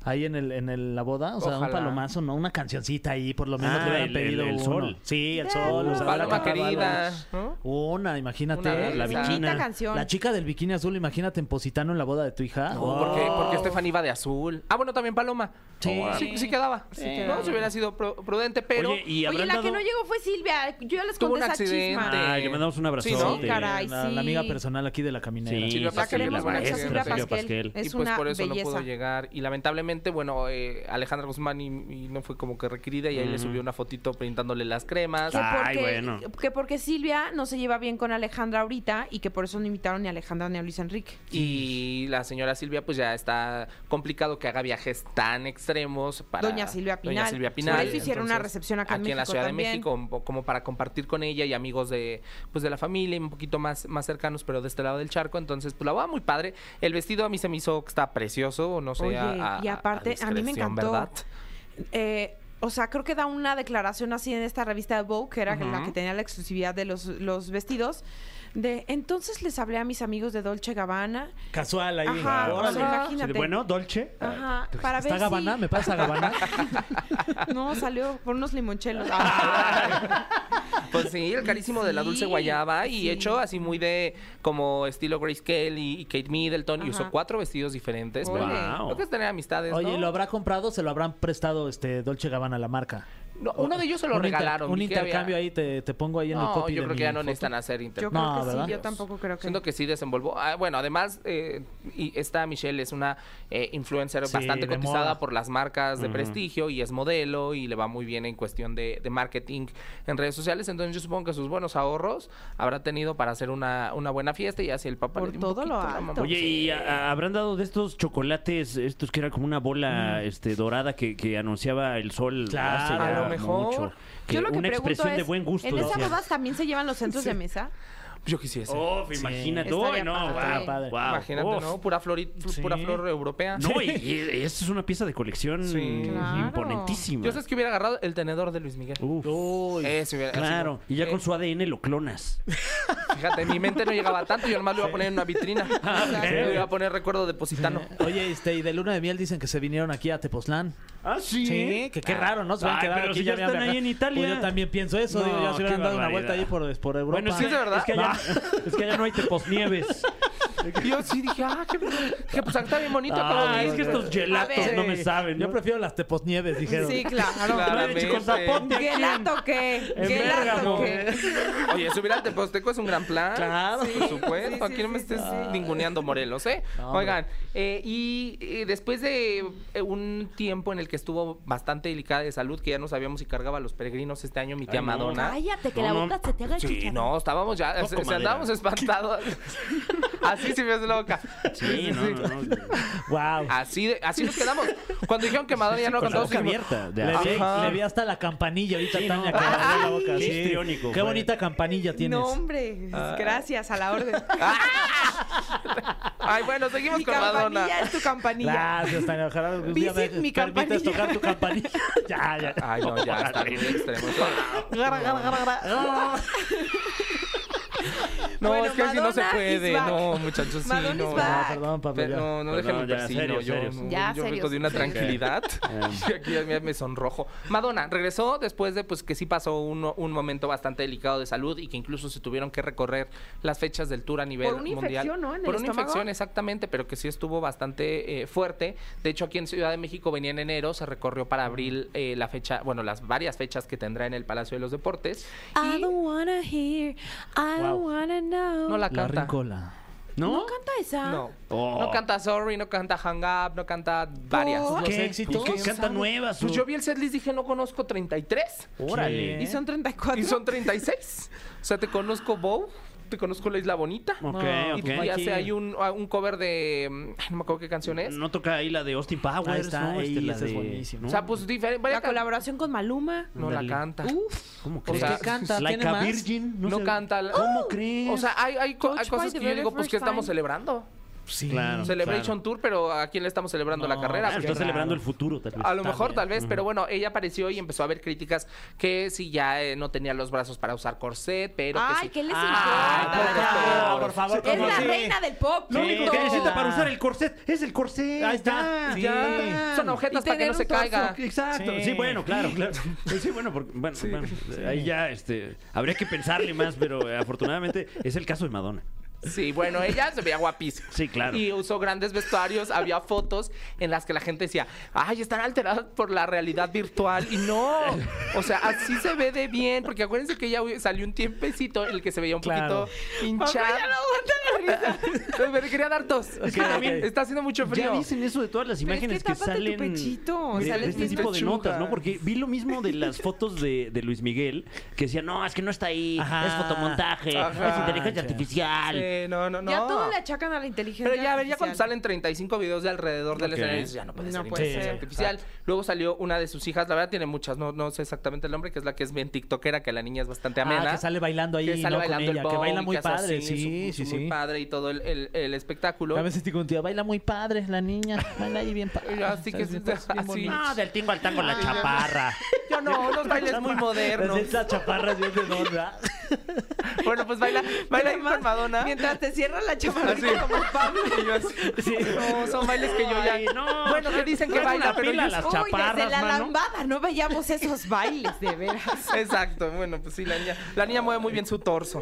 Ahí en el, en el- la boda, o sea, un Ojalá. palomazo, ¿no? Una cancioncita ahí, por lo menos Ah, le hubieran el- pedido el- el uno. sol. Eh, Sí, el sol. o sea, habrá Paloma cantado algo. querida. ¿no? Una, imagínate. Una de La esas. bikini. Bonita canción. La chica del bikini azul, imagínate en Positano en la boda de tu hija. No, Oh. porque, porque este Estefan iba de azul. Ah, bueno, también Paloma. Sí. sí, sí quedaba. No, se hubiera sido pro- prudente, pero. Oye, y Oye, habrán la que dado- no llegó fue Silvia. Yo ya les Tuvo un conté esa accidente. chisma. Ay, le mandamos un abrazo. Sí, ¿no? Sí, caray, la, sí. la amiga personal aquí de la caminera. Sí, Silvia sí, La Pasquel, queremos la mucho, maestra, Silvia Silvia Pasquel. Pasquel. Es y pues una por eso belleza. no pudo llegar. Y lamentablemente, bueno, eh, Alejandra Guzmán y, y no fue como que requerida y ahí Mm. le subió una fotito pintándole las cremas. Que Ah. Ay, porque, eh, bueno. que porque Silvia no se lleva bien con Alejandra ahorita y que por eso no invitaron ni a Alejandra ni a Luis Enrique. Y la señora Silvia, pues ya está complicado que haga viajes tan extremos para. Doña Silvia Pinal. Doña Silvia Pinal. Por eso hicieron una Entonces, recepción acá en Aquí en la México Ciudad de también. México, un po- como para compartir con ella y amigos de pues de la familia, y un poquito más, más cercanos, pero de este lado del charco. Entonces, pues la boda muy padre. El vestido a mí se me hizo que está precioso, no sé. Oye, a- a- y aparte, a, mí me discreción, encantó. ¿verdad? Eh, o sea, creo que da una declaración así en esta revista de Vogue, que era la que tenía la exclusividad de los, los vestidos. De entonces les hablé a mis amigos de Dolce Gabbana. Casual ahí. Ajá, o Órale. sea, imagínate. Bueno, Dolce. Ajá, para ver ¿Está Gabana? si... ¿Me pasa Gabana? No, salió por unos limonchelos. Pues sí, el carísimo de la dulce Sí, guayaba y sí. hecho así muy de como estilo Grace Kelly y Kate Middleton y usó Ajá. cuatro vestidos diferentes. pero Wow. Lo que es tener amistades. Oye, ¿no? ¿lo habrá comprado? ¿Se lo habrán prestado este Dolce Gabbana, la marca? No, uno de ellos se lo Un inter- regalaron. un vi que había- intercambio ahí, te, te pongo ahí en el No, copy yo de creo que mi ya no foto. necesitan hacer Yo creo intercambio. No, que ¿verdad? sí, yo tampoco creo que... Siento que sí desenvolvó. ah, bueno, además, eh, y esta Michelle es una eh, influencer Sí, bastante de cotizada moda. por las marcas de prestigio y es modelo y le va muy bien en cuestión de, de marketing en redes sociales. Entonces, yo supongo que sus buenos ahorros habrá tenido para hacer una, una buena fiesta y así el papá Por le dio un todo lo poquito, la alto. mamá. Oye, ¿y a- a- habrán dado de estos chocolates, estos que era como una bola este, dorada que, que anunciaba el sol Claro. hace A ya lo mejor. mucho? Que Yo lo que una pregunto expresión de es, buen gusto. ¿En esas decía. bodas también se llevan los centros de mesa? Yo quisiese. Oh, imagínate. Uy, Estaría no, padre. guau, Padre. guau, Imagínate, uf. ¿no? Pura, flor, pura Sí. flor europea. No, y, y eso es una pieza de colección Sí. Claro. imponentísima. Yo sé que hubiera agarrado el tenedor de Luis Miguel. Uf, Uy. Ese hubiera- así claro, como- y ya Eh, con su ADN lo clonas. Fíjate, mi mente no llegaba tanto, yo nomás lo iba a poner en una vitrina. Ah, Lo iba a poner recuerdo de Positano. Oye, este, y de luna de miel dicen que se vinieron aquí a Tepoztlán. Ah, sí. Sí, que qué raro, ¿no? Se van a Ay, quedar pero aquí si ya me han están ahí viajado. en Italia. Pues yo también pienso eso. digo, No, ya se qué hubieran dado una barbaridad. vuelta ahí por, por Europa. Bueno, es que, ¿Sí es de verdad? es que allá, es que allá no hay teposnieves. Y yo sí dije, ah, qué que pues está bien bonito. como Ah, es que estos A gelatos ver. no me saben. Yo ¿no? prefiero las teposnieves, dijeron. Sí, claro. Claramente. Con zapote aquí en- ¿Gelato qué? en ¿Gelato Bérgamo. qué? Oye, subir al Teposteco es un gran plan. Claro. Por supuesto. sí, Aquí no me sí, Ah. sí, estés ninguneando Morelos, ¿eh? No, hombre. Oigan, eh, y eh, después de eh, un tiempo en el que estuvo bastante delicada de salud, que ya no sabíamos si cargaba a los peregrinos este año, mi tía Ay, no. Madonna. Cállate, que No, la no. boca se te haga el Sí, chicharrón. no, estábamos ya, Poco se- se madera. andábamos espantados. Así se me hace la boca. Sí, no, no, no. Wow. Así, de- así nos quedamos. Cuando dijeron que Madonna ya Ah, no Con la cantaba, boca dijimos, abierta. de- Le vi, Ajá. le vi hasta la campanilla ahorita, Sí, no. Tania, que me abrió la boca. Qué sí. histriónico Qué fue. bonita campanilla tienes. No, hombre. Ah. Gracias a la orden. Ay, bueno, seguimos Mi con Madonna. campanilla es tu campanilla. Gracias, Tania. Ojalá algún día me Visit mi permitas campanilla. tocar tu campanilla. ya, ya. Ay, no, ya está muy extremo. Gra, gra, gra, gra. Ah. No, Bueno, es que así no se Madonna puede. is back. No, muchachos, sí, Madonna no. is back. Ah, perdón, Pablo. Pero ya. no, no Perdón, déjenme ya, persino, serios, yo, serios. no, Ya, yo vengo serios, de una serios. tranquilidad y aquí ya me- me sonrojo. Madonna regresó después de pues que sí pasó un, un momento bastante delicado de salud y que incluso se tuvieron que recorrer las fechas del tour a nivel Por una mundial. infección, ¿no? En el Por una estómago. infección, exactamente, pero que sí estuvo bastante eh, fuerte. De hecho, aquí en Ciudad de México venía en enero, se recorrió para abril eh, la fecha, bueno, las varias fechas que tendrá en el Palacio de los Deportes. I don't wanna hear, I don't Wow. wanna know. No la La canta. rincola. ¿No? canta esa? No. Oh. No canta Sorry, no canta Hang Up, no canta varias. ¿Por? Pues, Los éxitos. Pues que canta nuevas. Pues o- yo vi el setlist y dije, no conozco 33. Órale. ¿Eh? Y son 34. Y son 36. O sea, te conozco Bow, te conozco La Isla Bonita. Ok, No, ok. Y pues, hace Mikey. ahí un, a- un cover de. mm, ay, no me acuerdo qué canción es. No toca ahí la de Austin Powers. Ahí está, ¿no? ahí, Este, la esa es de- buenísima. O sea, pues diferente. La colaboración con Maluma. No la Ándale. canta. Pues, ¿Cómo o crees? sea, canta, Like tiene a más. Virgin. No, sé- canta. la- ¿Cómo crees? O sea, hay, hay, co- hay Touched by cosas the que yo very digo, pues, first ¿qué estamos time. celebrando? Sí. Claro. Celebration Tour, pero ¿a quién le estamos celebrando la No, carrera? Pues, Ah, Porque- está celebrando el futuro, tal vez. A lo También. mejor, tal vez, pero bueno, ella apareció y empezó a haber críticas que si ya eh, no tenía los brazos para usar corset, pero que Ay, sí- ¿qué les Ah, por importa? favor, por favor, Es ¿cómo la sí? reina del pop. Lo único que Sí. necesita para usar el corset es el corset. Ahí está. Ya, Sí. ya. Son objetos Y para que tener no un se torso. caiga. Exacto. Sí. Sí, bueno, claro, claro. Sí, bueno, porque, bueno, bueno, ahí ya este, habría que pensarle más, pero eh, afortunadamente es el caso de Madonna. Sí, bueno, ella se veía guapísima. Sí, claro. Y usó grandes vestuarios, había fotos en las que la gente decía, ay, están alteradas por la realidad virtual. Y no, o sea, así se ve de bien, porque acuérdense que ella salió un tiempecito en el que se veía un Claro. poquito hinchada. Me quería dar tos. Es que Ok, también ok. está haciendo mucho frío. Ya dicen eso de todas las Pero es que imágenes que, tápate tu salen pechito, de, sales de este bien tipo de pechuga. notas, ¿no? Porque vi lo mismo de las fotos de, de Luis Miguel que decían, no, es que no está ahí, Ajá. es fotomontaje, Ajá. es inteligencia artificial. Sí, no, no, no. Ya todo le achacan a la inteligencia. Pero ya, a ver, ya artificial. cuando salen 35 videos de alrededor del Ok. escenario, dices, ya no puede No ser puede inteligencia ser. artificial. Luego salió una de sus hijas, la verdad tiene muchas, no, no sé exactamente el nombre, que es la que es bien tiktokera, que la niña es bastante amena. Ah, que sale bailando ahí, que sale ¿no? bailando con el ella, que bong, baila muy que hace padre, así, sí, su- sí, su- Muy sí. padre y todo el, el- el espectáculo. Ya me sentí con un tío, baila muy padre la niña, baila ahí bien Y padre. Así que Bien así. Ah, bonito. No, del tingo al tango la chaparra. yo no, unos bailes muy modernos. Esa chaparra sí es de ¿ah? dos, ¿verdad? Bueno, pues baila, baila ahí con Madonna. Mientras te cierra la Así. chamarrita como Pablo. Y yo así. Sí. No, son bailes que yo ya. Ay, no. bueno, que dicen que Traen baila, una pero pila yo- las Uy, desde chaparras, la mano. lambada no veíamos esos bailes, de veras. Exacto, bueno, pues sí, la niña, la niña mueve muy bien su torso.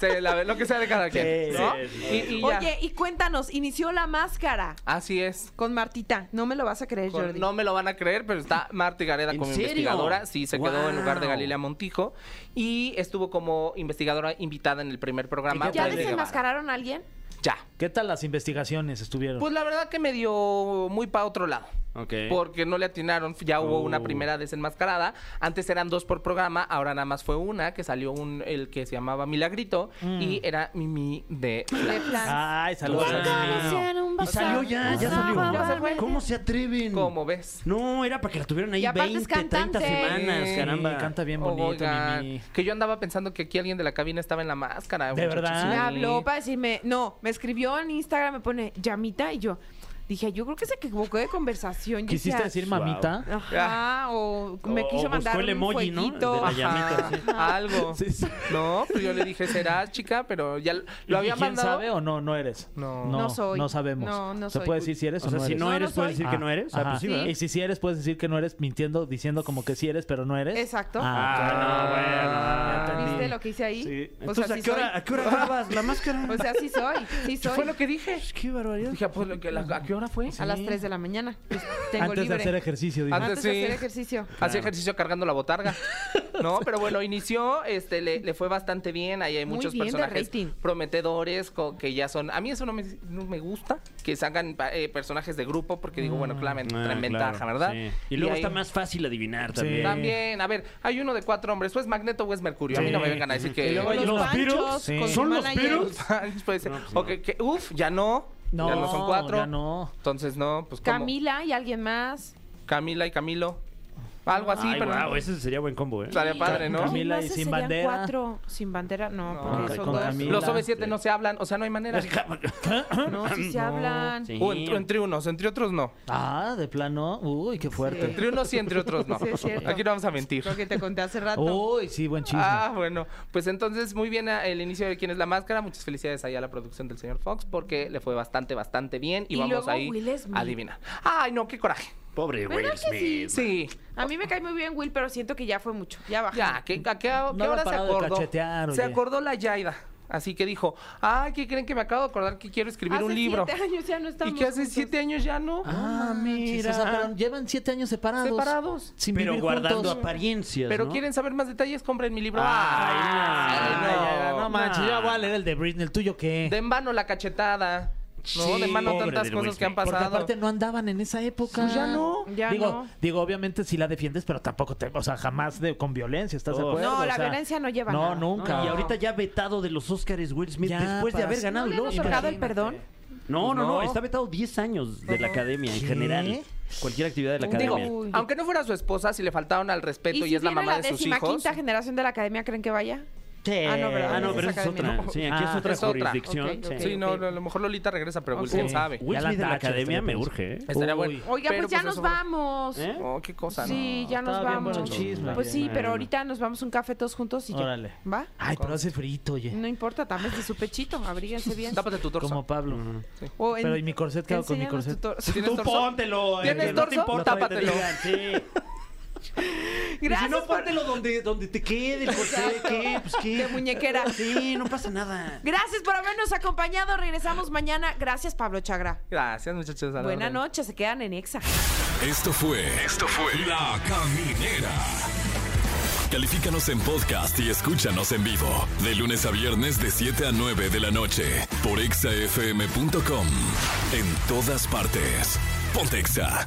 Se la ve, lo que sea de cada quien, Sí, ¿no? sí, sí. Y, y ya. Oye, y cuéntanos, inició la máscara Así es. con Martita. No me lo vas a creer, Con- Jordi. no me lo van a creer, pero está Marta Gareda ¿En como serio? investigadora. Sí, se quedó en lugar de Wow. Galilea Montijo. Y estuvo como investigadora invitada en el primer programa. ¿Y qué ¿Ya Madre. desenmascararon a alguien? Ya. ¿Qué tal las investigaciones estuvieron? Pues la verdad que me dio muy para otro lado. Ok. Porque no le atinaron, ya hubo Oh. una primera desenmascarada. Antes eran dos por programa, ahora nada más fue una, que salió un, el que se llamaba Milagrito Mm. y era Mimi de... De plan. Ay, saludos. Wow. a Mimi. Y salió ya, ya salió. Wow. ¿Cómo se Mm. atreven? ¿Cómo ves? No, era para que la tuvieran ahí Y aparte es 20, 30 cantante. semanas, Sí, caramba. Sí, canta bien bonito, Oigan, Mimi. que yo andaba pensando que aquí alguien de la cabina estaba en la máscara. ¿De muchachos. verdad? Sí. Me habló para decirme, no, me escribió en Instagram, me pone llamita y yo, Dije, yo creo que se equivocó de conversación. Yo ¿Quisiste decía, decir mamita? Ajá, o me O- o quiso mandar buscó el un emoji, ¿no? fueguito. De la llamita, Ajá, algo. Sí, sí. No, pero yo le dije, será chica, pero ya ¿Y lo había quién mandado. sabe o no, no eres? No. no, No soy. no sabemos. No, no Se soy. puede decir si eres o, O sea, no si eres. no No, eres, no puedes soy. decir que Ah, no eres. ajá. Ah, pues sí, ¿verdad? Y si sí eres, puedes decir que no eres mintiendo, diciendo como que sí eres, pero no eres. Exacto. Ah, Ah, no, bueno, ya entendí. ¿Viste lo que hice ahí? Sí. O sea, Entonces, sí ¿a, qué hora, soy. ¿a qué hora grabas la máscara? O sea, sí soy, sí ¿Qué soy. fue lo que dije? qué barbaridad. Dije, pues, lo que- la- ¿a qué hora fue? A las 3 de la mañana. Pues, tengo Antes libre. de hacer ejercicio, digo. Antes- Antes de Sí. hacer ejercicio. Hacía ejercicio cargando la botarga. No, pero bueno, inició, este, le, le fue bastante bien. Ahí hay Muy muchos bien de personajes rating. prometedores co- que ya son. A mí eso no me, no me gusta, que salgan pa- eh, personajes de grupo, porque digo, bueno, claramente Ah, traen ventaja, claro, ¿verdad? sí. Y luego ahí- está más fácil adivinar Sí. también. También, a ver, hay uno de cuatro hombres. ¿O es Magneto o es Mercurio? A mí Sí. no me vengan a decir que. Y luego hay Con los los virus, panchos, sí. con ¿Son sus los managers. virus? Puede ser. No, pues, O que- que- uf, ya no. No, ya no son cuatro. ya no. Entonces, no, pues ¿cómo? Camila y alguien más. Camila y Camilo. Algo así, Ay, pero. wow, ese sería buen combo, ¿eh? Estaría padre, ¿no? ¿Quién Camila más y sin serían bandera. cuatro? Sin bandera, no, No, porque son con dos. Camila. Los OV7 no se hablan, o sea, no hay manera. No, si se hablan. Sí. O en- entre unos, entre otros no. Ah, de plano. Uy, qué fuerte. Entre unos y entre otros no. Sí, es cierto. Aquí no vamos a mentir. Lo que te conté hace rato. Oh, Uy, sí, buen chisme. Ah, bueno. Pues entonces, muy bien ah, el inicio de quién es la máscara. Muchas felicidades ahí a la producción del señor Fox porque le fue bastante, bastante bien. Y, Y vamos luego ahí Will Smith. a adivinar. Ay, no, qué coraje. Pobre Will ¿Verdad que sí? Smith. Sí. A mí me cae muy bien Will, pero siento que ya fue mucho. Ya baja. Ya, ¿qué, a qué, a qué No habrá hora se parado de acordó? cachetear, se oye. acordó la Yaida. Así que dijo, ay, ¿qué creen que me acabo de acordar que quiero escribir Hace un libro? siete años ya no Y estamos que hace juntos. siete años ya no. Ah, mira. O sea, pero llevan siete años separados. Separados. Sin Pero vivir guardando juntos. apariencias. Pero ¿no? quieren saber más detalles, compren mi libro. Ay, Ay, Ay, ya, ya, no manches, no. yo voy a leer el de Britney. ¿El tuyo qué? De en vano la cachetada. No, Sí. de en vano Pobre tantas del cosas Will que han Smith. Porque pasado. aparte no andaban en esa época. Pues ya no. Ya digo, no. digo, obviamente sí la defiendes, pero tampoco te, o sea, jamás de, con violencia, ¿estás de Oh. acuerdo? No, O la sea, violencia no lleva No, nada. nunca. Y ahorita ya vetado de los Oscars Will Smith Ya, después de para haber sí. ganado ¿No el le han Oscar. otorgado el perdón? No, Pues no, no, No. está vetado 10 años de la academia en ¿Qué? general. Cualquier actividad de la Digo, academia. Uy. aunque no fuera su esposa, si le faltaron al respeto y, si es la viene mamá de sus décima hijos. quinta generación de la academia creen que vaya? Sí. Ah, no, ¿verdad? ah, no, pero esa esa es academia, otra. ¿no? Sí, aquí Ah, es otra es otra. jurisdicción. Ok, ok. sí. Sí, no, no, a lo mejor Lolita regresa, pero Will, Sí. quién sabe. Ya Will la Smith de la tacha, academia este me pensó. urge, ¿eh? Estaría Uy. bueno. Oiga, Pero, pues ya nos eso fue- vamos. ¿Eh? Oh, qué cosa, ¿no? Sí, ya nos estaba bien vamos. bueno el chisme. pues sí, Bien. pero ahorita nos vamos un café todos juntos y ya. Órale. ¿Va? Ay, pero hace frito, oye. No importa, también de su pechito, abríguense bien. Tápate tu torso. Como Pablo. O en- Pero ¿y mi corset qué hago con mi enséñanos corset? tu torso. ¿Tienes torso? póntelo. eh, ¿Tienes que torso? Tápatelo. sí. Gracias y si no, por- póntelo donde, donde te quede, el corte, ¿qué? Pues qué. De muñequera. Sí, no pasa nada. Gracias por habernos acompañado. Regresamos mañana. Gracias, Pablo Chagra. Gracias, muchachos. a la Buena orden. noche, se quedan en Exa. Esto fue. Esto fue. La Caminera. Califícanos en podcast y escúchanos en vivo. De lunes a viernes, de 7 a 9 de la noche. Por exafm.com. En todas partes. Pontexa.